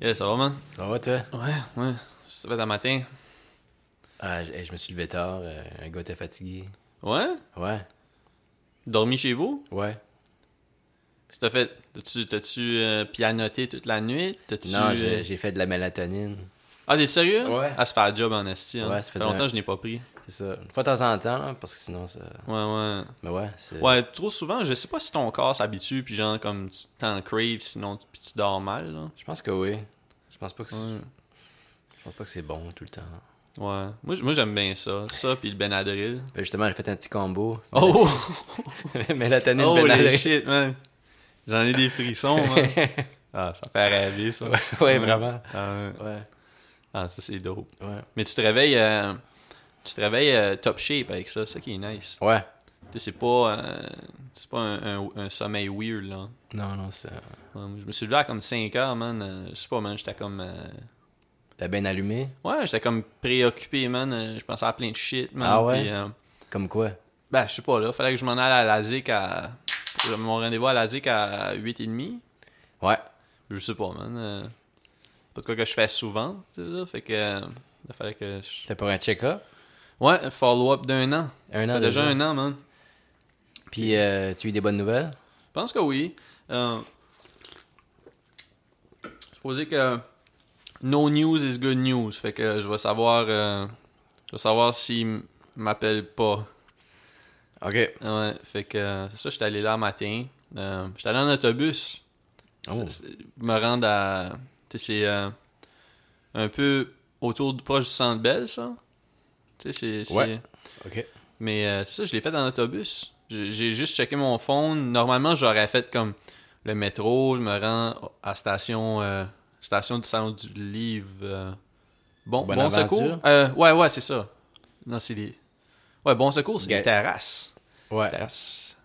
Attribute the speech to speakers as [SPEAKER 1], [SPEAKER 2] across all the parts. [SPEAKER 1] Yeah, ça va, man?
[SPEAKER 2] Ça va, toi?
[SPEAKER 1] Ouais, ouais. Ça fait un matin.
[SPEAKER 2] Ah, je, je me suis levé tard. euh, un gars était fatigué.
[SPEAKER 1] Ouais?
[SPEAKER 2] Ouais,
[SPEAKER 1] Dormi chez vous?
[SPEAKER 2] ouais.
[SPEAKER 1] T'as fait. T'as-tu, t'as-tu euh, pianoté toute la nuit? T'as-tu.
[SPEAKER 2] Non,
[SPEAKER 1] euh,
[SPEAKER 2] j'ai j'ai fait de la mélatonine.
[SPEAKER 1] Ah, t'es sérieux?
[SPEAKER 2] Ouais.
[SPEAKER 1] Ah, se faire job en esti. hein.
[SPEAKER 2] Ouais,
[SPEAKER 1] ça
[SPEAKER 2] ça
[SPEAKER 1] fait
[SPEAKER 2] faisait
[SPEAKER 1] longtemps
[SPEAKER 2] un-
[SPEAKER 1] que je n'ai pas pris.
[SPEAKER 2] C'est ça. Une fois de temps en temps, là, parce que sinon, ça.
[SPEAKER 1] Ouais, ouais.
[SPEAKER 2] Mais ouais, c'est.
[SPEAKER 1] Ouais, trop souvent, je sais pas si ton corps s'habitue, puis genre, comme, tu t'en craves, sinon, tu- puis tu dors mal, là.
[SPEAKER 2] Je pense que oui. Je pense pas que c'est.
[SPEAKER 1] Ouais.
[SPEAKER 2] Je pense pas que c'est bon tout le temps.
[SPEAKER 1] Ouais. Moi, j- moi, j'aime bien ça. Ça, puis le Benadryl.
[SPEAKER 2] Ben, justement, j'ai fait un petit combo.
[SPEAKER 1] Oh!
[SPEAKER 2] mélatonine,
[SPEAKER 1] Oh, les
[SPEAKER 2] Benadryl.
[SPEAKER 1] shit, man. J'en ai des frissons, man. Ah, ça fait rêver, ça.
[SPEAKER 2] ouais, ouais, vraiment.
[SPEAKER 1] Ah, ouais.
[SPEAKER 2] Ouais,
[SPEAKER 1] Ah, ça, c'est dope.
[SPEAKER 2] ouais.
[SPEAKER 1] Mais tu te réveilles, euh, tu te réveilles euh, top shape avec ça, c'est ça qui est nice.
[SPEAKER 2] Ouais.
[SPEAKER 1] Tu sais, c'est pas, euh, c'est pas un, un- un sommeil weird, là.
[SPEAKER 2] Non, non, c'est.
[SPEAKER 1] Ouais, moi, je me suis levé à comme 5 heures, man. Euh, je sais pas, man, j'étais comme... euh,
[SPEAKER 2] T'as bien allumé?
[SPEAKER 1] Ouais, j'étais comme préoccupé, man. Euh, Je pensais à plein de shit, man.
[SPEAKER 2] Ah ouais?
[SPEAKER 1] Puis, euh,
[SPEAKER 2] Comme quoi?
[SPEAKER 1] ben, je sais pas, là, fallait que je m'en aille à la ZIC à... Mon rendez-vous à la ZIC à 8h30.
[SPEAKER 2] Ouais.
[SPEAKER 1] Je sais pas, man. euh, Pas de quoi que je fais souvent, tu sais, ça. Fait que... euh, fallait que... je-
[SPEAKER 2] C'était pour un check-up?
[SPEAKER 1] Ouais, un follow-up d'un an.
[SPEAKER 2] Un an
[SPEAKER 1] Fait
[SPEAKER 2] déjà.
[SPEAKER 1] déjà un an, man.
[SPEAKER 2] Puis, euh, tu as eu des bonnes nouvelles?
[SPEAKER 1] Je pense que oui. Euh, supposé que no news is good news. Fait que je vais savoir, euh, je vais savoir s'il m'appelle pas.
[SPEAKER 2] Ok.
[SPEAKER 1] Ouais, fait que euh, c'est ça, j'étais allé là le matin. Euh, j'étais allé en autobus.
[SPEAKER 2] Oh.
[SPEAKER 1] C'est- c'est- Me rendre à. Tu sais, c'est euh, un peu autour du proche du centre Bell, ça. Tu sais, c'est- c'est.
[SPEAKER 2] Ouais. Ok.
[SPEAKER 1] Mais euh, c'est ça, je l'ai fait en autobus. J'ai j'ai juste checké mon phone. Normalement, j'aurais fait comme le métro, je me rends à station euh, station du salon du livre. euh, bon, bon
[SPEAKER 2] Bonaventure?
[SPEAKER 1] secours. Euh, ouais, ouais, c'est ça. Non, c'est les. Ouais, bon secours, c'est
[SPEAKER 2] Ga-
[SPEAKER 1] les terrasses.
[SPEAKER 2] Ouais.
[SPEAKER 1] Terrasses.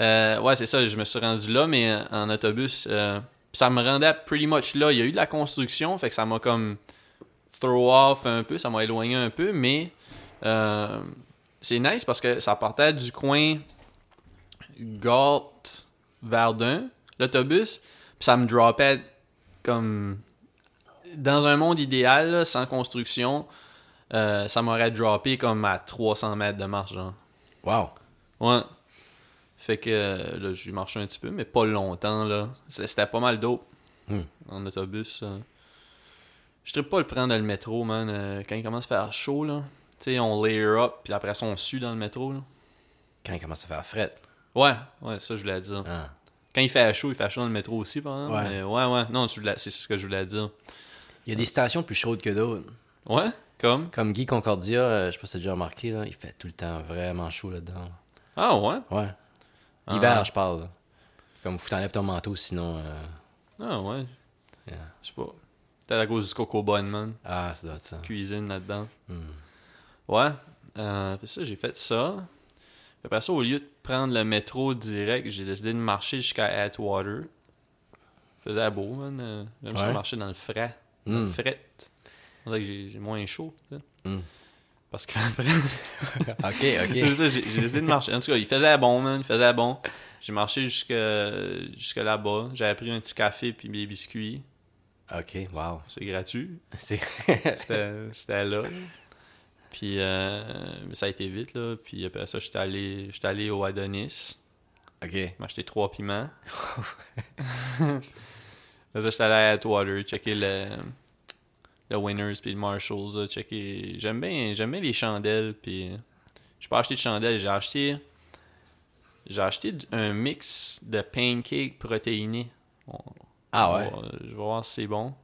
[SPEAKER 1] Euh, ouais, c'est ça, je me suis rendu là, mais euh, en autobus. euh, pis ça me rendait pretty much là. Il y a eu de la construction, fait que ça m'a comme throw off un peu, ça m'a éloigné un peu, mais euh, c'est nice parce que ça partait du coin Galt Verdun, l'autobus, puis ça me dropait comme dans un monde idéal, là, sans construction, euh, ça m'aurait droppé comme à 300 mètres de marche, genre.
[SPEAKER 2] Wow.
[SPEAKER 1] Ouais. Fait que euh, là, j'ai marché un petit peu, mais pas longtemps, là. C- C'était pas mal d'eau
[SPEAKER 2] Hmm.
[SPEAKER 1] en autobus. euh. Je trippe pas le prendre dans le métro, man. euh, quand il commence à faire chaud, là. Tu sais, on layer up, puis après ça, on sue dans le métro, là.
[SPEAKER 2] Quand il commence à faire fret.
[SPEAKER 1] Ouais, ouais, ça, je voulais dire.
[SPEAKER 2] Ah.
[SPEAKER 1] Quand il fait chaud, il fait chaud dans le métro aussi, par exemple.
[SPEAKER 2] Ouais.
[SPEAKER 1] mais Ouais, ouais, non, je voulais- c'est c'est ce que je voulais dire.
[SPEAKER 2] Il y a des stations plus chaudes que d'autres.
[SPEAKER 1] Ouais, comme.
[SPEAKER 2] Comme Guy Concordia, euh, je sais pas si t'as déjà remarqué, là, il fait tout le temps vraiment chaud là-dedans.
[SPEAKER 1] Ah, ouais.
[SPEAKER 2] Ouais.
[SPEAKER 1] Ah.
[SPEAKER 2] L'hiver, je parle. là. Comme faut t'enlèves ton manteau, sinon. euh,
[SPEAKER 1] Ah, ouais.
[SPEAKER 2] Yeah.
[SPEAKER 1] Je sais pas. Peut-être à cause du coco bun, man.
[SPEAKER 2] Ah, ça doit être ça.
[SPEAKER 1] cuisine là-dedans.
[SPEAKER 2] Hmm.
[SPEAKER 1] Ouais. Euh, fait ça, j'ai fait ça. Après ça, au lieu de prendre le métro direct, j'ai décidé de marcher jusqu'à Atwater. Faisait beau, man. Euh, J'aime ça
[SPEAKER 2] Ouais.
[SPEAKER 1] marcher dans le frais. Dans le
[SPEAKER 2] Hmm.
[SPEAKER 1] fret. On dirait que j'ai j'ai moins chaud. tu sais.
[SPEAKER 2] Mm.
[SPEAKER 1] Parce que après,
[SPEAKER 2] Ok,
[SPEAKER 1] c'est
[SPEAKER 2] ok.
[SPEAKER 1] ça, j'ai j'ai décidé de marcher. En tout cas, il faisait bon, man. Il faisait bon. J'ai marché jusque, jusque là-bas. J'avais pris un petit café puis mes biscuits.
[SPEAKER 2] ok, wow.
[SPEAKER 1] C'est gratuit.
[SPEAKER 2] C'est-
[SPEAKER 1] C'était- C'était là. Puis euh, mais ça a été vite, là. Puis après ça, j'étais allé, j'étais allé au Adonis.
[SPEAKER 2] ok.
[SPEAKER 1] M'acheter trois piments. Après ça, j'étais allé à Atwater, checker le, le Winners puis le Marshalls. là, checker... J'aime bien, j'aime bien les chandelles. Puis j'ai pas acheté de chandelles, j'ai acheté... J'ai acheté d- un mix de pancakes protéinés. On-
[SPEAKER 2] Ah ouais.
[SPEAKER 1] je vais voir- Je vais voir si c'est bon.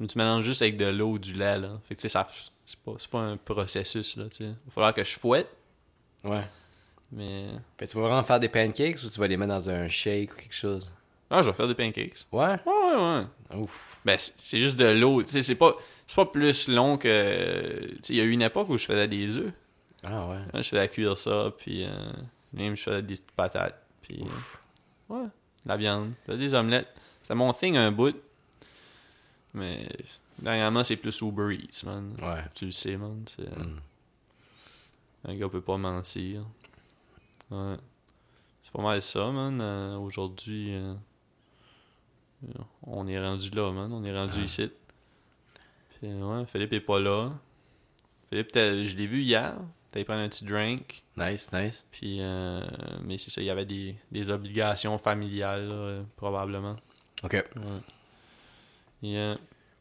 [SPEAKER 1] Mais tu mélanges juste avec de l'eau ou du lait, là. Fait que, tu sais, ça- c'est pas, c'est pas un processus, là, tu sais. Il va falloir que je fouette,
[SPEAKER 2] Ouais.
[SPEAKER 1] mais...
[SPEAKER 2] Fait que tu vas vraiment faire des pancakes ou tu vas les mettre dans un shake ou quelque chose?
[SPEAKER 1] Ah, je vais faire des pancakes.
[SPEAKER 2] Ouais.
[SPEAKER 1] Ouais, ouais, ouais.
[SPEAKER 2] Ouf.
[SPEAKER 1] Ben, c'est c'est juste de l'eau, tu sais, c'est pas... C'est pas plus long que... Tu sais, il y a eu une époque où je faisais des œufs.
[SPEAKER 2] Ah ouais.
[SPEAKER 1] Là, je faisais cuire ça, puis... euh, même, je faisais des petites patates, puis... euh, ouais, de la viande. Je faisais des omelettes. C'était mon thing, un bout. Mais... Dernièrement, c'est plus Uber Eats, man.
[SPEAKER 2] Ouais.
[SPEAKER 1] Tu le sais, man. c'est- euh,
[SPEAKER 2] Hmm.
[SPEAKER 1] Un gars peut pas mentir. Ouais. C'est pas mal ça, man. Euh, Aujourd'hui, euh, on est rendu là, man. On est rendu
[SPEAKER 2] Ah.
[SPEAKER 1] ici. Puis, euh, ouais, Philippe est pas là. Philippe, t'as- je l'ai vu hier. T'allais prendre un petit drink.
[SPEAKER 2] Nice, nice.
[SPEAKER 1] Puis, euh, mais c'est ça, il y avait des, des obligations familiales, là, euh, probablement.
[SPEAKER 2] OK.
[SPEAKER 1] Ouais. Et, euh,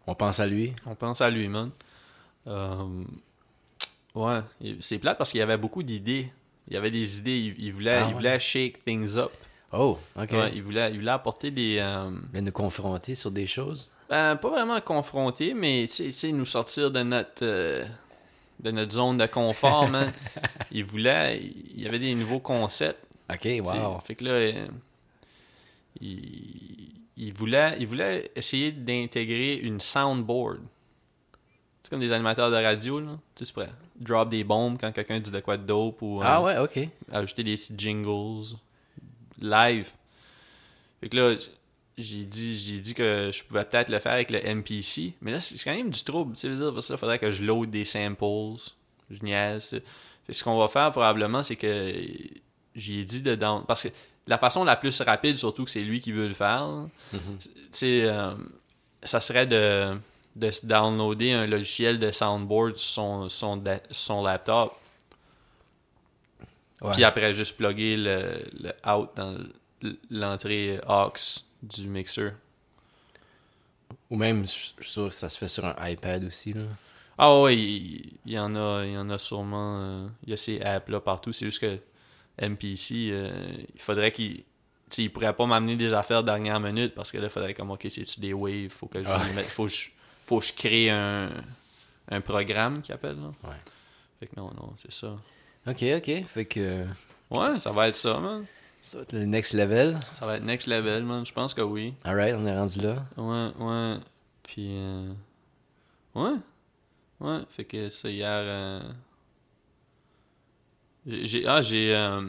[SPEAKER 2] On pense à lui.
[SPEAKER 1] on pense à lui, man. Euh, ouais, il- c'est plate parce qu'il y avait beaucoup d'idées. Il y avait des idées. Il, il voulait,
[SPEAKER 2] Ah
[SPEAKER 1] il
[SPEAKER 2] ouais.
[SPEAKER 1] voulait shake things up.
[SPEAKER 2] Oh, OK.
[SPEAKER 1] Ouais, il, voulait, il voulait apporter des. euh,
[SPEAKER 2] Il vient nous confronter sur des choses.
[SPEAKER 1] ben, pas vraiment confronter, mais tu sais- tu sais, nous sortir de notre. euh, de notre zone de confort, man. Il voulait. Il y avait des nouveaux concepts.
[SPEAKER 2] OK,
[SPEAKER 1] T'sais,
[SPEAKER 2] wow.
[SPEAKER 1] Fait que là, euh, il, il voulait, il voulait essayer d'intégrer une soundboard. C'est comme des animateurs de radio, là. Tu sais, c'est prêt. Drop des bombes quand quelqu'un dit de quoi de dope ou euh,
[SPEAKER 2] Ah ouais, OK.
[SPEAKER 1] ajouter des petits jingles live. Fait que là, j- j'ai dit, j'ai dit que je pouvais peut-être le faire avec le MPC, mais là, c'est c'est quand même du trouble. Tu sais, je veux dire, parce que là, faudrait que je load des samples. Je niaise. tu sais. Fait que ce qu'on va faire probablement, c'est que j'ai dit de down. Parce que la façon la plus rapide, surtout que c'est lui qui veut le faire, là, tu sais, euh, ça serait de, de se downloader un logiciel de soundboard sur son, son, da- son laptop.
[SPEAKER 2] Ouais.
[SPEAKER 1] Puis après, juste plugger le, le out dans l- l'entrée aux du mixeur.
[SPEAKER 2] Ou même, je suis sûr que ça se fait sur un iPad aussi, là.
[SPEAKER 1] Ah ouais, il, il y en a, il y en a sûrement. euh, il y a ces apps-là partout. C'est juste que MPC, euh, il faudrait qu'il. tu sais, il pourrait pas m'amener des affaires dernière minute parce que là, il faudrait comme, ok, c'est-tu des waves Faut que je
[SPEAKER 2] Ah.
[SPEAKER 1] les mette- faut, que je- faut que je crée un, un programme qu'il appelle. Là.
[SPEAKER 2] Ouais.
[SPEAKER 1] Fait que non, non, c'est ça.
[SPEAKER 2] OK, OK. Fait que
[SPEAKER 1] Ouais, ça va être ça, man.
[SPEAKER 2] ça va être le next level.
[SPEAKER 1] Ça va être next level, man. Je pense que oui.
[SPEAKER 2] All right, on est rendu là.
[SPEAKER 1] Ouais, ouais. Puis. euh, Ouais. Ouais. Fait que ça, hier. euh, j'ai- J'ai. Ah, j'ai. euh,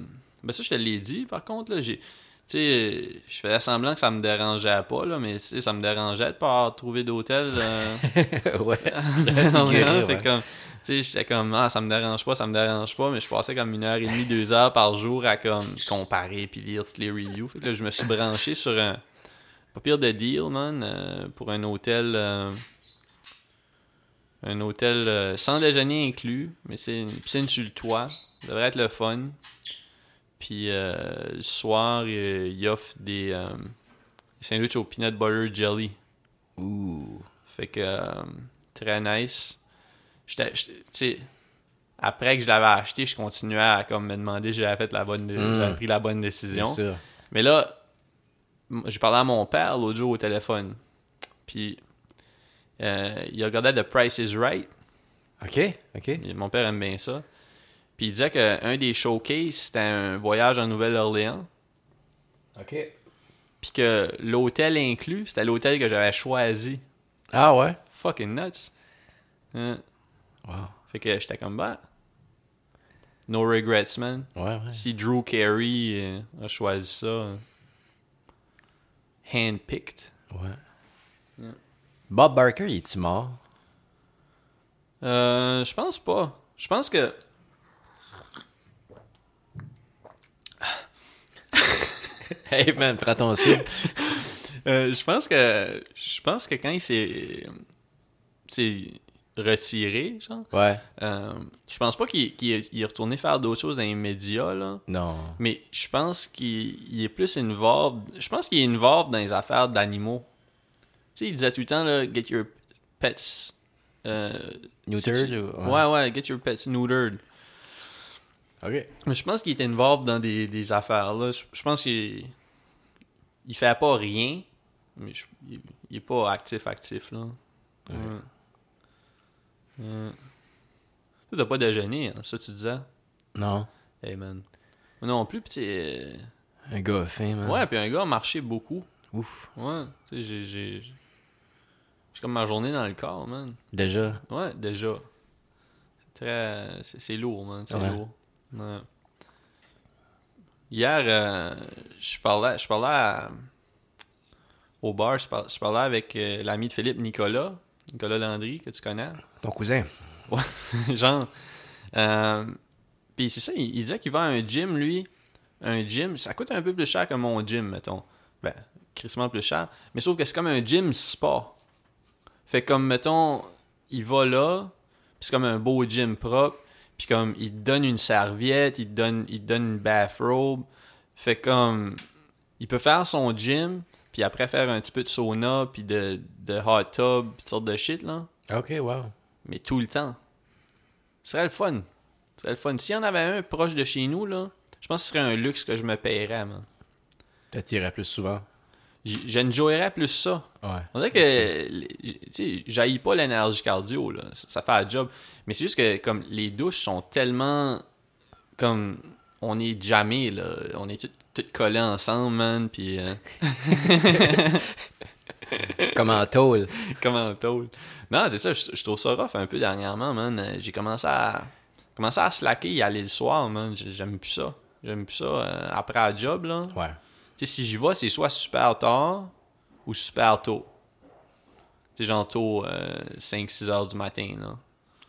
[SPEAKER 1] Ben, ça, je te l'ai dit, par contre, là. J'ai. Tu sais, je faisais semblant que ça me dérangeait pas, là, mais tu sais, ça me dérangeait de pas avoir trouvé d'hôtel. euh,
[SPEAKER 2] ouais.
[SPEAKER 1] non, mais non,
[SPEAKER 2] figuré,
[SPEAKER 1] fait
[SPEAKER 2] ouais.
[SPEAKER 1] comme, tu sais, j'étais comme, ah, ça me dérange pas, ça me dérange pas, mais je passais comme une heure et demie, deux heures par jour à comme comparer puis lire toutes les reviews. Fait que là, je me suis branché sur un, pas pire de deal, man, euh, pour un hôtel, euh, un hôtel euh, sans déjeuner inclus, mais c'est une piscine sur le toit, ça devrait être le fun. Puis euh, le soir, euh, il offre des euh, sandwichs au peanut butter jelly.
[SPEAKER 2] Ouh.
[SPEAKER 1] Fait que euh, très nice. J'étais- j'étais- tu sais, après que je l'avais acheté, je continuais à comme me demander si j'avais fait la bonne dé-
[SPEAKER 2] Mm.
[SPEAKER 1] j'avais pris la bonne
[SPEAKER 2] Bien
[SPEAKER 1] décision.
[SPEAKER 2] sûr.
[SPEAKER 1] Mais là, m- j'ai parlé à mon père l'autre jour au téléphone. Puis euh, il regardait The Price is Right.
[SPEAKER 2] OK, OK.
[SPEAKER 1] Et Mon père aime bien ça. Puis il disait qu'un des showcases, c'était un voyage en Nouvelle-Orléans.
[SPEAKER 2] OK.
[SPEAKER 1] Puis que l'hôtel inclus, c'était l'hôtel que j'avais choisi.
[SPEAKER 2] Ah ouais?
[SPEAKER 1] Fucking nuts. Hein.
[SPEAKER 2] Wow.
[SPEAKER 1] Fait que j'étais comme, bah, no regrets, man.
[SPEAKER 2] Ouais, ouais.
[SPEAKER 1] Si Drew Carey euh, a choisi ça, euh, handpicked.
[SPEAKER 2] Ouais. Bob Barker, il est-tu mort?
[SPEAKER 1] Euh, je pense pas. Je pense que.
[SPEAKER 2] Hey man, prends ton cible.
[SPEAKER 1] euh, je pense que. Je pense que quand il s'est. s'est retiré, genre.
[SPEAKER 2] Ouais.
[SPEAKER 1] euh, je pense pas qu'il qu'il est- il est retourné faire d'autres choses dans les médias, là.
[SPEAKER 2] Non.
[SPEAKER 1] Mais je pense qu'il il est plus involved. Je pense qu'il est involved dans les affaires d'animaux. Tu sais, il disait tout le temps, là, get your pets. euh,
[SPEAKER 2] Neutered
[SPEAKER 1] si tu-
[SPEAKER 2] ou-
[SPEAKER 1] Ouais. ouais, get your pets neutered.
[SPEAKER 2] OK.
[SPEAKER 1] Mais je pense qu'il est involved dans des, des affaires, là. Je, je pense qu'il. Il fait pas rien, mais je- il, il est pas actif, actif, là. Ouais. Ouais. Toi, t'as pas déjeuné, hein, ça, tu disais.
[SPEAKER 2] Non.
[SPEAKER 1] Hey, man. Moi non plus, pis tu sais, euh,
[SPEAKER 2] Un gars fin, man.
[SPEAKER 1] Ouais, puis un gars a marché beaucoup.
[SPEAKER 2] Ouf.
[SPEAKER 1] Ouais, tu sais, j'ai. J'ai j'ai comme ma journée dans le corps, man.
[SPEAKER 2] Déjà.
[SPEAKER 1] Ouais, déjà. C'est très. C'est c'est lourd, man. C'est
[SPEAKER 2] Ouais.
[SPEAKER 1] lourd. Ouais. Hier, euh, je parlais, je parlais à- au bar, je par- je parlais, avec euh, l'ami de Philippe, Nicolas. Nicolas Landry, que tu connais.
[SPEAKER 2] Ton cousin.
[SPEAKER 1] Genre. euh, puis c'est ça, il, il disait qu'il va à un gym, lui. Un gym, ça coûte un peu plus cher que mon gym, mettons. Ben, crissement plus cher. Mais sauf que c'est comme un gym sport. Fait que comme, mettons, il va là, puis c'est comme un beau gym propre, puis comme, il te donne une serviette, il te donne, il te donne une bathrobe. Fait que comme, il peut faire son gym, puis après faire un petit peu de sauna, puis de, de hot tub, puis toutes sortes de shit, là.
[SPEAKER 2] Ok, wow.
[SPEAKER 1] Mais tout le temps. Ce serait le fun. Ce serait le fun. S'il y en avait un proche de chez nous, là, je pense que ce serait un luxe que je me paierais, man.
[SPEAKER 2] T'attirais plus souvent.
[SPEAKER 1] J- J'enjoyerais plus ça.
[SPEAKER 2] Ouais.
[SPEAKER 1] On dirait que, les- tu sais, j'haïs pas l'énergie cardio, là. Ça, ça fait un job. Mais c'est juste que, comme, les douches sont tellement, comme, on est jamais là. On est tous tout collés ensemble, man, puis... euh,
[SPEAKER 2] Comme en tôle.
[SPEAKER 1] Comme en tôle. Non, c'est ça, je, je trouve ça rough un peu dernièrement, man. Euh, J'ai commencé à commencé à slacker y aller le soir, man. J'ai- J'aime plus ça. J'aime plus ça euh, après la job, là.
[SPEAKER 2] Ouais.
[SPEAKER 1] Tu sais, si j'y vais, c'est soit super tard ou super tôt. Tu sais, genre tôt, 5-6 heures du matin, là.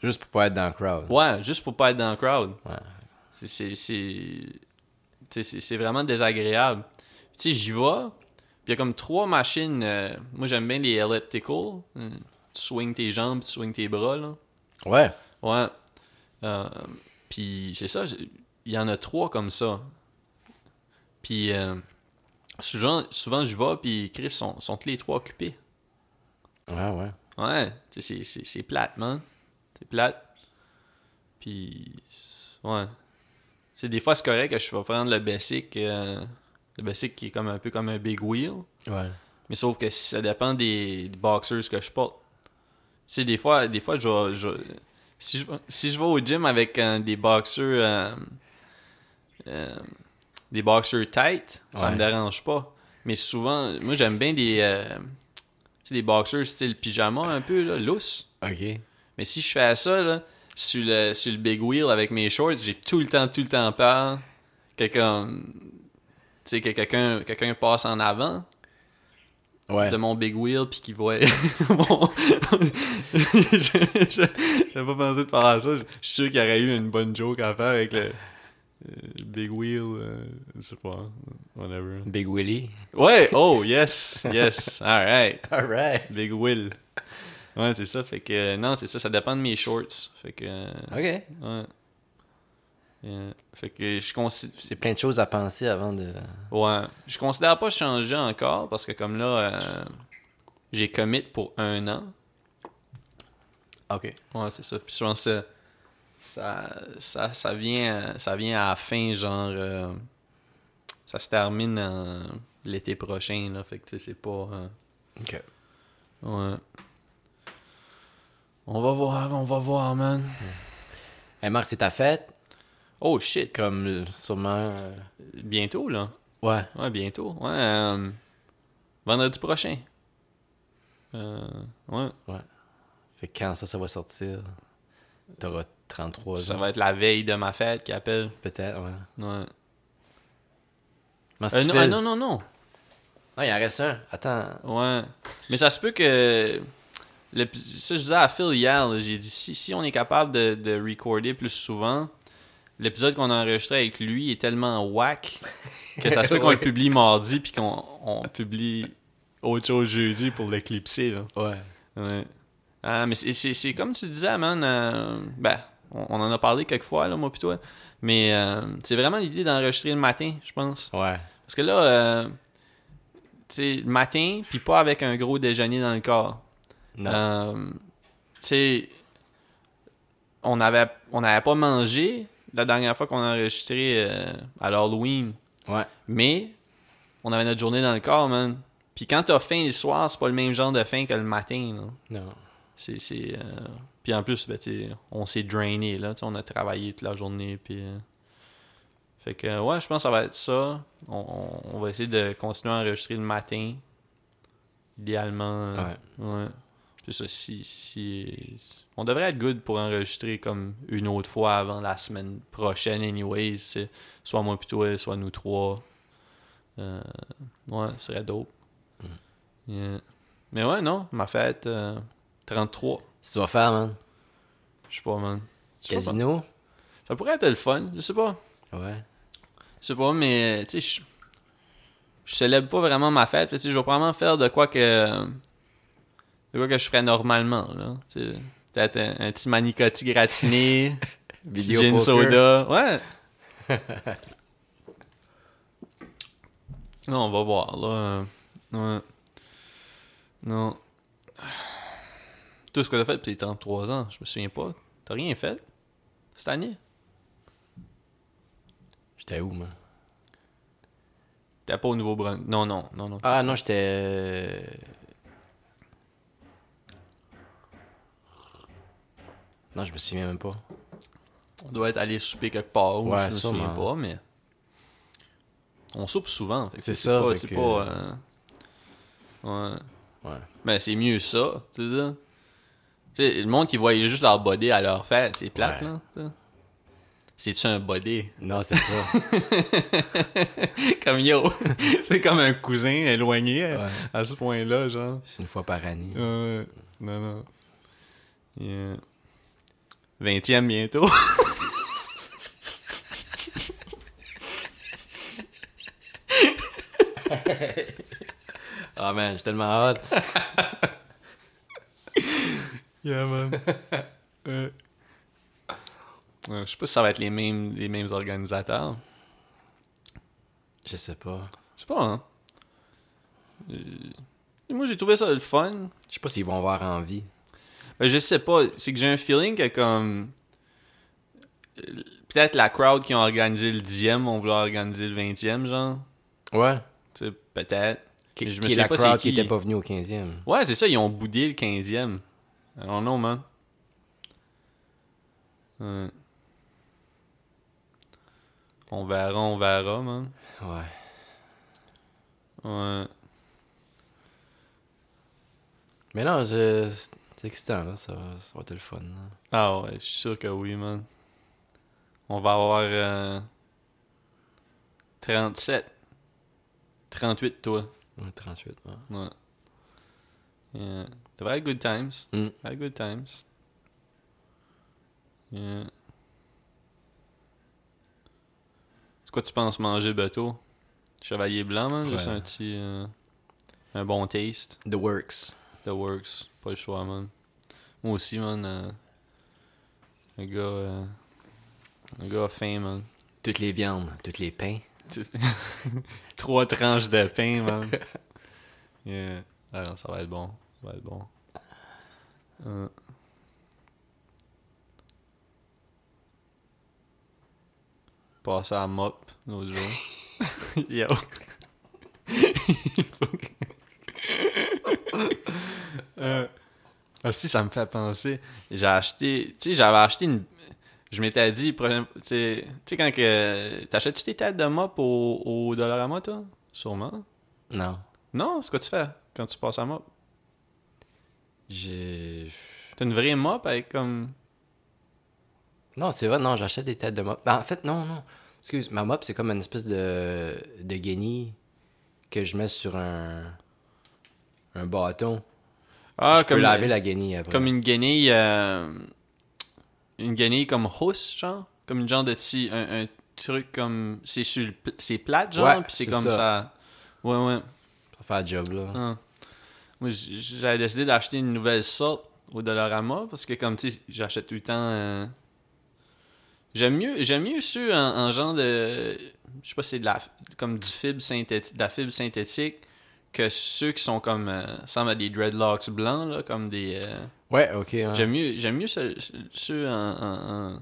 [SPEAKER 2] Juste pour pas être dans le crowd.
[SPEAKER 1] Ouais, juste pour pas être dans le crowd.
[SPEAKER 2] Ouais.
[SPEAKER 1] C'est- C'est c'est- tu sais, c'est- c'est vraiment désagréable. Tu sais, j'y vais, puis il y a comme trois machines. euh, moi, j'aime bien les elliptical. Hmm. Tu swings tes jambes, tu swings tes bras, là.
[SPEAKER 2] Ouais.
[SPEAKER 1] Ouais. Euh, puis c'est ça, j'ai- il y en a trois comme ça. Puis euh, souvent, souvent je vais, puis Chris sont, sont tous les trois occupés.
[SPEAKER 2] Ouais, ouais.
[SPEAKER 1] Ouais, tu sais, c'est- c'est c'est plate, man. C'est plate. Puis, ouais. C'est des fois, c'est correct que je vais prendre le basic, euh, le basic qui est comme un peu comme un big wheel.
[SPEAKER 2] Ouais.
[SPEAKER 1] Mais sauf que ça dépend des, des boxers que je porte. Tu sais, des fois, des fois je vais. je- si, je, si je vais au gym avec euh, des boxers. euh, euh, des boxers tight, ça
[SPEAKER 2] Ouais.
[SPEAKER 1] me dérange pas. Mais souvent, moi j'aime bien des. euh, tu sais, des boxers style pyjama un peu, là, lousse.
[SPEAKER 2] Ok.
[SPEAKER 1] Mais si je fais ça, là, sur le, sur le big wheel avec mes shorts, j'ai tout le temps, tout le temps peur que comme. Tu sais, que quelqu'un quelqu'un passe en avant
[SPEAKER 2] Ouais.
[SPEAKER 1] de mon big wheel puis qui voit mon... Je- je- j'avais pas pensé de faire à ça je je suis sûr qu'il y aurait eu une bonne joke à faire avec le euh, big wheel euh, je sais pas whatever
[SPEAKER 2] Big Willy.
[SPEAKER 1] ouais oh yes yes alright
[SPEAKER 2] Alright.
[SPEAKER 1] big wheel ouais c'est ça fait que euh, non c'est ça ça dépend de mes shorts fait que euh,
[SPEAKER 2] Ok.
[SPEAKER 1] ouais Euh, fait que je considère
[SPEAKER 2] C'est plein de choses à penser avant de.
[SPEAKER 1] Ouais. Je considère pas changer encore parce que comme là, euh, j'ai commit pour un an.
[SPEAKER 2] Ok.
[SPEAKER 1] Ouais, c'est ça. Puis je pense que ça, ça, ça, vient, ça vient à la fin, genre. euh, ça se termine en- l'été prochain, là. Fait que tu sais, c'est pas. euh,
[SPEAKER 2] Ok.
[SPEAKER 1] ouais. On va voir, on va voir, man.
[SPEAKER 2] Hey Marc, c'est ta fête.
[SPEAKER 1] Oh shit.
[SPEAKER 2] Comme euh, sûrement. euh,
[SPEAKER 1] Bientôt, là.
[SPEAKER 2] Ouais.
[SPEAKER 1] Ouais, bientôt. Ouais. euh, vendredi prochain. Euh, ouais.
[SPEAKER 2] Fait que quand ça, ça va sortir, t'auras 33
[SPEAKER 1] Ça
[SPEAKER 2] ans.
[SPEAKER 1] va être la veille de ma fête qui appelle.
[SPEAKER 2] Peut-être, ouais.
[SPEAKER 1] Ouais.
[SPEAKER 2] Mais si
[SPEAKER 1] Euh,
[SPEAKER 2] tu
[SPEAKER 1] non,
[SPEAKER 2] fais-
[SPEAKER 1] ah, non, non, non.
[SPEAKER 2] Non, Ah, il en reste un. Attends.
[SPEAKER 1] Ouais. Mais ça se peut que. le- ça, je disais à Phil hier, là, j'ai dit si, si on est capable de, de recorder plus souvent, l'épisode qu'on a enregistré avec lui est tellement whack que ça se peut qu'on le
[SPEAKER 2] Ouais.
[SPEAKER 1] publie mardi puis qu'on on publie autre chose jeudi pour l'éclipser. Là.
[SPEAKER 2] Ouais.
[SPEAKER 1] Ouais. Ah, mais c'est- c'est c'est comme tu disais, man. euh, ben, on, on en a parlé quelques fois, là, moi pis toi. Mais euh, c'est vraiment l'idée d'enregistrer le matin, je pense.
[SPEAKER 2] Ouais.
[SPEAKER 1] Parce que là, euh, tu sais, le matin, puis pas avec un gros déjeuner dans le corps.
[SPEAKER 2] Non.
[SPEAKER 1] Euh, tu sais, on avait, on n'avait pas mangé la dernière fois qu'on a enregistré euh, à l'Halloween.
[SPEAKER 2] Ouais.
[SPEAKER 1] Mais on avait notre journée dans le corps, man. Puis quand t'as faim le soir, c'est pas le même genre de faim que le matin, là.
[SPEAKER 2] Non.
[SPEAKER 1] C'est. c'est, euh, Puis en plus, ben, tu sais, on s'est drainé, là. tu sais, On a travaillé toute la journée. Puis. euh, Fait que, euh, ouais, je pense que ça va être ça. On, on- on va essayer de continuer à enregistrer le matin. Idéalement. euh,
[SPEAKER 2] Ouais.
[SPEAKER 1] ouais. C'est ça. Si, si... On devrait être good pour enregistrer comme une autre fois avant la semaine prochaine, anyways. tu sais. Soit moi plutôt soit nous trois. Euh, ouais, ce serait dope. Yeah. Mais ouais, non, ma fête, euh, 33.
[SPEAKER 2] Si tu vas faire, man.
[SPEAKER 1] Je sais pas, man. Je sais pas.
[SPEAKER 2] Casino.
[SPEAKER 1] Ça pourrait être le fun, je sais pas. euh,
[SPEAKER 2] Ouais.
[SPEAKER 1] Je sais pas, mais tu sais, je- je célèbre pas vraiment ma fête. Fait, tu sais, je vais probablement faire de quoi que. de quoi que je ferais normalement, là. Tu sais, Peut-être un, un petit manicotti gratiné, petit
[SPEAKER 2] Vidéo
[SPEAKER 1] gin
[SPEAKER 2] poker.
[SPEAKER 1] soda. Ouais! non, on va voir, là. Euh, Ouais. Non. Tout ce que t'as fait, puis t'es en 3 ans, je me souviens pas. T'as rien fait cette année?
[SPEAKER 2] J'étais où, moi?
[SPEAKER 1] T'es pas au Nouveau-Brunswick. Non, non, non, non.
[SPEAKER 2] Ah non, euh, j'étais. Non, je me souviens même pas.
[SPEAKER 1] On doit être allé souper quelque part, ou
[SPEAKER 2] Ouais,
[SPEAKER 1] je me
[SPEAKER 2] sûrement.
[SPEAKER 1] souviens pas, mais on soupe souvent. fait que
[SPEAKER 2] C'est ça,
[SPEAKER 1] C'est pas,
[SPEAKER 2] fait
[SPEAKER 1] c'est
[SPEAKER 2] que-
[SPEAKER 1] pas, euh, ouais.
[SPEAKER 2] Ouais.
[SPEAKER 1] Mais c'est mieux ça, tu sais. là. Tu sais, le monde qui voyait juste leur body à leur fête, c'est plate,
[SPEAKER 2] Ouais.
[SPEAKER 1] là. tu sais. C'est-tu un body?
[SPEAKER 2] Non, c'est ça.
[SPEAKER 1] comme yo! c'est comme un cousin éloigné
[SPEAKER 2] Ouais.
[SPEAKER 1] à ce point-là, genre.
[SPEAKER 2] C'est une fois par année.
[SPEAKER 1] Ouais, non, non. Yeah. 20e bientôt.
[SPEAKER 2] Ah man, j'ai tellement hâte.
[SPEAKER 1] Yeah, man. ouais. Ouais, Euh, je sais pas si ça va être les mêmes, les mêmes organisateurs.
[SPEAKER 2] Je sais pas.
[SPEAKER 1] Je sais pas, hein. Euh, moi, j'ai trouvé ça le fun.
[SPEAKER 2] Je sais pas s'ils vont avoir envie.
[SPEAKER 1] Ben, je sais pas. C'est que j'ai un feeling que, comme. euh, Peut-être la crowd qui ont organisé le 10e, on voulait organiser le 20e, genre.
[SPEAKER 2] Ouais.
[SPEAKER 1] Tu sais, peut-être.
[SPEAKER 2] Qui,
[SPEAKER 1] Mais je me
[SPEAKER 2] qui est
[SPEAKER 1] souviens
[SPEAKER 2] la
[SPEAKER 1] pas c'est
[SPEAKER 2] crowd qui
[SPEAKER 1] qui.
[SPEAKER 2] était pas venue au 15e.
[SPEAKER 1] Ouais, c'est ça, ils ont boudé le 15e. I don't know, man. Ouais. On verra, on verra, man.
[SPEAKER 2] Ouais.
[SPEAKER 1] Ouais.
[SPEAKER 2] Mais non, je- c'est excitant, là. Ça, va- ça va être le fun. là.
[SPEAKER 1] Ah ouais, je suis sûr que oui, man. On va avoir euh, 37. 38, toi.
[SPEAKER 2] Ouais, 38, ouais.
[SPEAKER 1] Ouais. Yeah. T'as had good times.
[SPEAKER 2] Mm.
[SPEAKER 1] Had good times. Yeah. C'est quoi tu penses manger, Beto? Chevalier blanc, man? Juste
[SPEAKER 2] Ouais.
[SPEAKER 1] un petit... euh, un bon taste.
[SPEAKER 2] The Works.
[SPEAKER 1] That works. Pas le choix, man. Moi aussi, man. euh, un gars... euh, un gars fin, man.
[SPEAKER 2] Toutes les viandes, toutes les pains.
[SPEAKER 1] Trois tranches de pain, man. yeah. Ah non, ça va être bon. Ça va être bon. Euh. Passer à mop l'autre jour. Yo. Euh, Ah si, ça me fait penser. J'ai acheté... Tu sais, j'avais acheté une... Je m'étais dit, prochaine- tu sais, tu sais, quand que. T'achètes-tu tes têtes de mop au, au Dollarama, toi Sûrement.
[SPEAKER 2] Non.
[SPEAKER 1] Non, c'est quoi tu fais quand tu passes à mop
[SPEAKER 2] J'ai.
[SPEAKER 1] T'as une vraie mop avec comme.
[SPEAKER 2] Non, c'est vrai, non, j'achète des têtes de mop. Ben, en fait, non, non. Excuse, ma mop, c'est comme une espèce de, de guenille que je mets sur un, un bâton.
[SPEAKER 1] Ah,
[SPEAKER 2] je
[SPEAKER 1] comme.
[SPEAKER 2] peux laver la guenille après.
[SPEAKER 1] Comme une guenille. euh, Une guenille comme housse, genre. Comme une genre de petit. Un, un truc comme. C'est sur le pl- C'est plate, genre.
[SPEAKER 2] Ouais,
[SPEAKER 1] puis c'est
[SPEAKER 2] c'est
[SPEAKER 1] comme
[SPEAKER 2] ça.
[SPEAKER 1] ça. Ouais, ouais.
[SPEAKER 2] Pour faire le job, là.
[SPEAKER 1] Ah. Moi, j- j'avais décidé d'acheter une nouvelle sorte au Dollarama parce que, comme tu sais, j'achète tout le temps. euh, J'aime mieux, j'aime mieux ceux en, en genre de. Je sais pas si c'est de la, comme du fibre synthétique, de la fibre synthétique que ceux qui sont comme. euh, semblent à des dreadlocks blancs, là, comme des. euh,
[SPEAKER 2] Ouais, ok. hein. ouais.
[SPEAKER 1] J'aime mieux, j'aime mieux ceux, ceux en, en, en-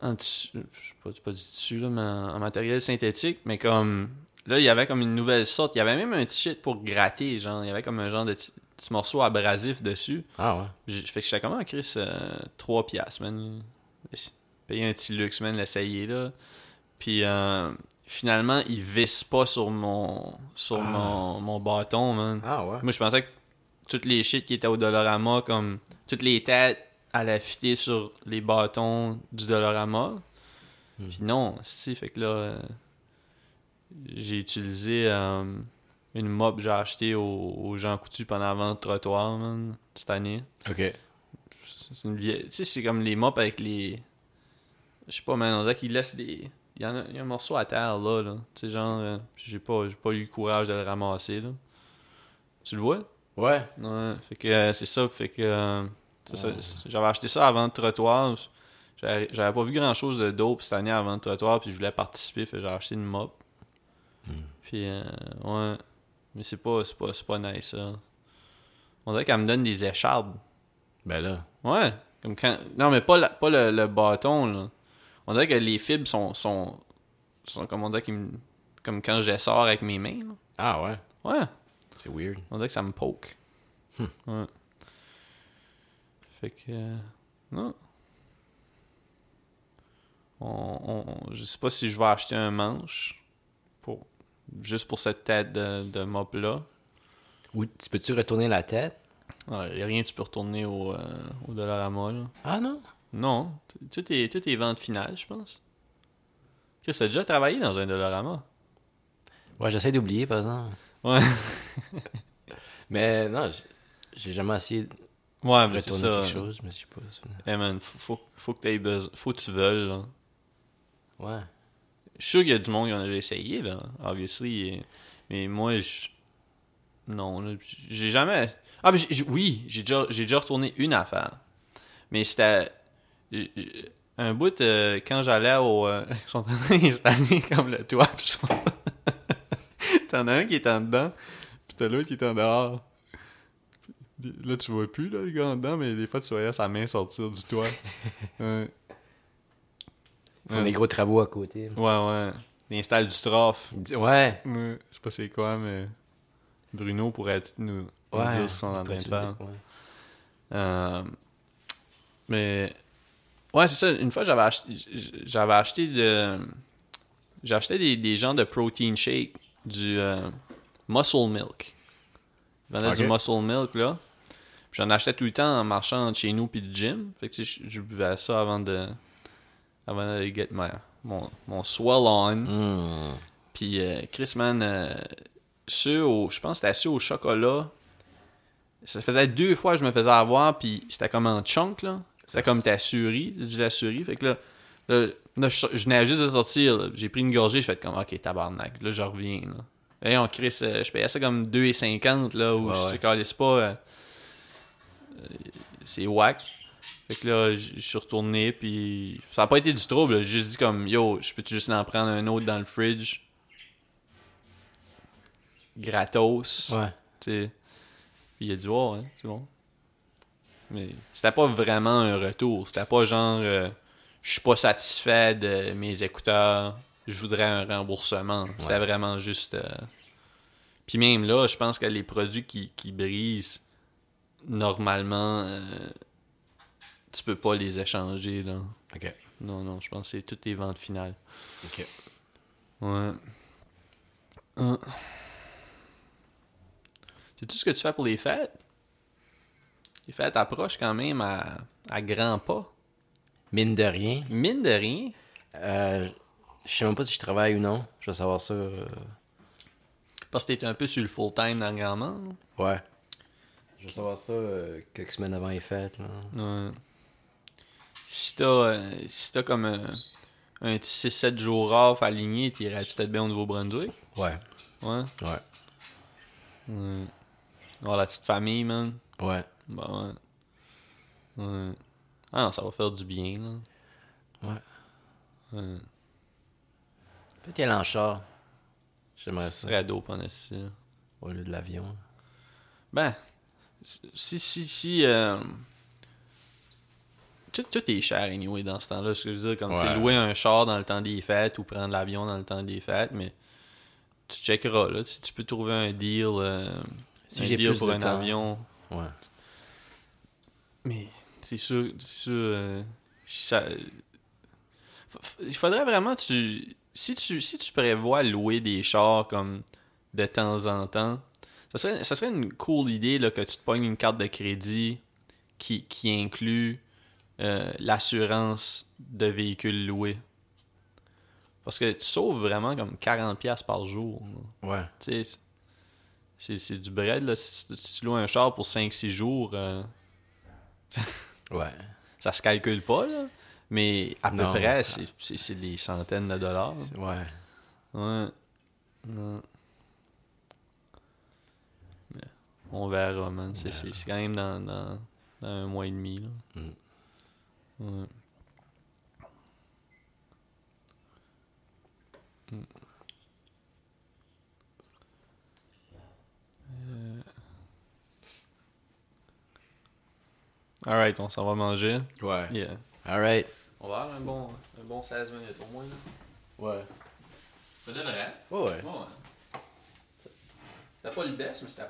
[SPEAKER 1] en tissu, je sais pas, c'est pas du tissu, là, mais en, en matériel synthétique, mais comme, là, il y avait comme une nouvelle sorte, il y avait même un petit shit pour gratter, genre, il y avait comme un genre de petit petit morceau abrasif dessus.
[SPEAKER 2] Ah ouais.
[SPEAKER 1] J'ai- Fait que j'étais comment, Chris, euh, 3 piastres, man. Payer un petit luxe, man, l'essayer, là. Puis, euh, finalement, il visse pas sur mon, sur
[SPEAKER 2] Ah.
[SPEAKER 1] mon, mon bâton, man.
[SPEAKER 2] Ah ouais.
[SPEAKER 1] Moi, je pensais que toutes les shit qui étaient au Dollarama, comme toutes les têtes allaient fitter sur les bâtons du Dollarama.
[SPEAKER 2] Hmm.
[SPEAKER 1] Puis non, si, fait que là, euh, j'ai utilisé euh, une mop que j'ai achetée au, au Jean Coutu pendant la vente trottoir, man, cette année.
[SPEAKER 2] Ok.
[SPEAKER 1] C'est une vieille- Tu sais, c'est comme les mops avec les. Je sais pas, man, on dirait qu'ils laissent des, Il y, en a, il y a un morceau à terre là, là. Tu sais, genre, euh, j'ai pas, j'ai pas eu le courage de le ramasser là. Tu le vois?
[SPEAKER 2] Ouais.
[SPEAKER 1] Ouais, fait que euh, c'est ça. Fait que euh, c'est ça, c'est- j'avais acheté ça avant le trottoir. J'avais j'avais pas vu grand chose de dope cette année avant le trottoir, puis je voulais participer. Fait que j'ai acheté une mop. Puis, euh, ouais. Mais c'est pas, c'est pas, c'est pas nice, ça. On dirait qu'elle me donne des échardes.
[SPEAKER 2] Ben là.
[SPEAKER 1] Ouais. Comme quand... Non, mais pas, la- pas le, le bâton, là. On dirait que les fibres sont. sont, sont comme on dirait qu'ils me- Comme quand j'essore avec mes mains, là.
[SPEAKER 2] Ah ouais.
[SPEAKER 1] Ouais.
[SPEAKER 2] C'est weird.
[SPEAKER 1] On dirait que ça me poke. Ouais. Fait que. euh, non. On, on- on- je sais pas si je vais acheter un manche. Pour, juste pour cette tête de, de mop-là.
[SPEAKER 2] Ou tu peux-tu retourner la tête?
[SPEAKER 1] Ouais, y a rien que tu peux retourner au, euh, au Dollarama, là.
[SPEAKER 2] Ah non.
[SPEAKER 1] Non. t- Tout est, tout est vente finale, je pense. Tu as déjà travaillé dans un Dollarama.
[SPEAKER 2] Ouais, j'essaie d'oublier, par exemple.
[SPEAKER 1] Ouais.
[SPEAKER 2] Mais non, j- j'ai jamais essayé de
[SPEAKER 1] Ouais, Ah, mais c'est
[SPEAKER 2] retourner
[SPEAKER 1] ça.
[SPEAKER 2] quelque chose, mais je sais pas. ça-
[SPEAKER 1] Eh man, faut, faut, faut que t'aies besoin. Faut que tu veuilles, là.
[SPEAKER 2] Ouais.
[SPEAKER 1] Je suis sûr qu'il y a du monde qui en avait essayé, là, obviously. et- Mais moi, je. Non, là, j'ai jamais. Ah, mais j'ai- j'ai- oui, j'ai déjà, j'ai déjà retourné une affaire. Mais c'était. j'ai- j'ai- Un bout, euh, quand j'allais au. euh, Ils sont en train ils sont allés comme le toit. puis ils sont- T'en as un qui est en dedans, puis t'as l'autre qui est en dehors. Puis Là, tu vois plus, là, le gars en dedans, mais des fois, tu voyais sa main sortir du toit. Ouais.
[SPEAKER 2] Ils font
[SPEAKER 1] Ouais.
[SPEAKER 2] des gros travaux à côté.
[SPEAKER 1] Ouais, ouais. Il installe du strophe.
[SPEAKER 2] Ils disent- Ouais.
[SPEAKER 1] Ouais, Je sais pas c'est quoi, mais Bruno pourrait tout nous, nous
[SPEAKER 2] Ouais.
[SPEAKER 1] dire ce qu'on est en train de
[SPEAKER 2] Pourrais-tu
[SPEAKER 1] faire.
[SPEAKER 2] dire- ouais.
[SPEAKER 1] Euh, mais ouais, c'est ça. Une fois, j'avais acheté, j- j'avais acheté de, j'achetais des, des genres de protein shake du euh, Muscle Milk. Ils vendaient du
[SPEAKER 2] Ok.
[SPEAKER 1] Muscle Milk là. Puis J'en achetais tout le temps en marchant entre chez nous puis le gym. Fait que tu sais, je, je buvais ça avant de, avant d'aller get my, mon, mon swell on.
[SPEAKER 2] Hmm.
[SPEAKER 1] Puis euh, Chris, man, euh, ceux au, je pense que c'était ceux au chocolat. Ça faisait deux fois que je me faisais avoir, puis c'était comme en chunk, là. C'était comme ta surie, c'est du la surie. Fait que là, là, là, je, je venais juste de sortir, là. j'ai pris une gorgée, je fait comme, ok, tabarnak, là, je reviens, là. Et on Chris, euh, je payais ça comme 2,50, là, où
[SPEAKER 2] Ouais,
[SPEAKER 1] je
[SPEAKER 2] ouais.
[SPEAKER 1] calisse pas. euh, euh, c'est whack. Fait que là, je je suis retourné, puis ça n'a pas été du trouble. là. J'ai juste dit comme, yo, je peux juste en prendre un autre dans le fridge? Gratos.
[SPEAKER 2] Ouais.
[SPEAKER 1] tu sais. Puis il a dit, ouais, hein, c'est bon. Mais c'était pas vraiment un retour. C'était pas genre, euh, je suis pas satisfait de mes écouteurs, je voudrais un remboursement. C'était
[SPEAKER 2] Ouais.
[SPEAKER 1] vraiment juste. euh, Puis même là, je pense que les produits qui, qui brisent, normalement, euh, tu peux pas les échanger. Là.
[SPEAKER 2] Ok.
[SPEAKER 1] Non, non, je pense que c'est toutes les ventes finales.
[SPEAKER 2] Ok.
[SPEAKER 1] Ouais. Hein. C'est tout ce que tu fais pour les fêtes? Les fêtes approchent quand même à, à grands pas.
[SPEAKER 2] Mine de rien.
[SPEAKER 1] Mine de rien.
[SPEAKER 2] Euh, je sais même pas si je travaille ou non. Je vais savoir ça. euh,
[SPEAKER 1] Parce que t'es un peu sur le full time dans le grand monde.
[SPEAKER 2] Ouais. Je vais savoir ça euh, quelques semaines avant les fêtes. Là.
[SPEAKER 1] Ouais. Si t'as euh, si t'as comme un, un petit 6-7 jours off aligné, t'irais-tu peut-être bien au Nouveau-Brunswick?
[SPEAKER 2] Ouais.
[SPEAKER 1] Ouais.
[SPEAKER 2] Ouais.
[SPEAKER 1] Ouais. Voir la petite famille, man.
[SPEAKER 2] Ouais.
[SPEAKER 1] Bah ouais. Ouais. Ah non, ça va faire du bien, là.
[SPEAKER 2] Peut-être y aller en char. J'aimerais
[SPEAKER 1] Ce
[SPEAKER 2] ça.
[SPEAKER 1] serait dope, en esti, là.
[SPEAKER 2] Au lieu de l'avion.
[SPEAKER 1] Ben, si, si, si, euh, tout, tout est cher, anyway, dans ce temps-là. Ce que je veux dire, comme, tu sais,
[SPEAKER 2] Ouais.
[SPEAKER 1] louer un char dans le temps des fêtes ou prendre l'avion dans le temps des fêtes, mais tu checkeras, là, si tu peux trouver un deal, euh,
[SPEAKER 2] Si
[SPEAKER 1] un
[SPEAKER 2] j'ai
[SPEAKER 1] deal
[SPEAKER 2] plus
[SPEAKER 1] pour
[SPEAKER 2] de
[SPEAKER 1] un
[SPEAKER 2] temps.
[SPEAKER 1] avion.
[SPEAKER 2] Ouais.
[SPEAKER 1] Mais c'est sûr, c'est sûr, euh, si ça... f- f- Il faudrait vraiment, tu si, tu... si tu prévois louer des chars comme de temps en temps, ça serait, ça serait une cool idée là, que tu te pognes une carte de crédit qui, qui inclut euh, l'assurance de véhicules loués. Parce que tu sauves vraiment comme 40$ par jour. là.
[SPEAKER 2] Ouais.
[SPEAKER 1] Tu sais, c'est- c'est du bread. Là. Si, tu- si tu loues un char pour 5-6 jours... euh,
[SPEAKER 2] Ouais.
[SPEAKER 1] ça se calcule pas, là. Mais à peu
[SPEAKER 2] Non.
[SPEAKER 1] près, c'est- c'est c'est des centaines de dollars.
[SPEAKER 2] C'est- Ouais.
[SPEAKER 1] Ouais. Non. Mais on verra, man. C'est c'est- c'est quand même dans, dans, dans un mois et demi. Là.
[SPEAKER 2] Mm.
[SPEAKER 1] Ouais. Mm. Euh. Alright, on s'en va manger.
[SPEAKER 2] Ouais.
[SPEAKER 1] Yeah.
[SPEAKER 2] Alright.
[SPEAKER 1] On va avoir un bon, un bon 16 minutes au moins. Là.
[SPEAKER 2] Ouais.
[SPEAKER 1] Ça devrait.
[SPEAKER 2] Ouais.
[SPEAKER 1] Bon, hein. C'était pas le best, mais c'était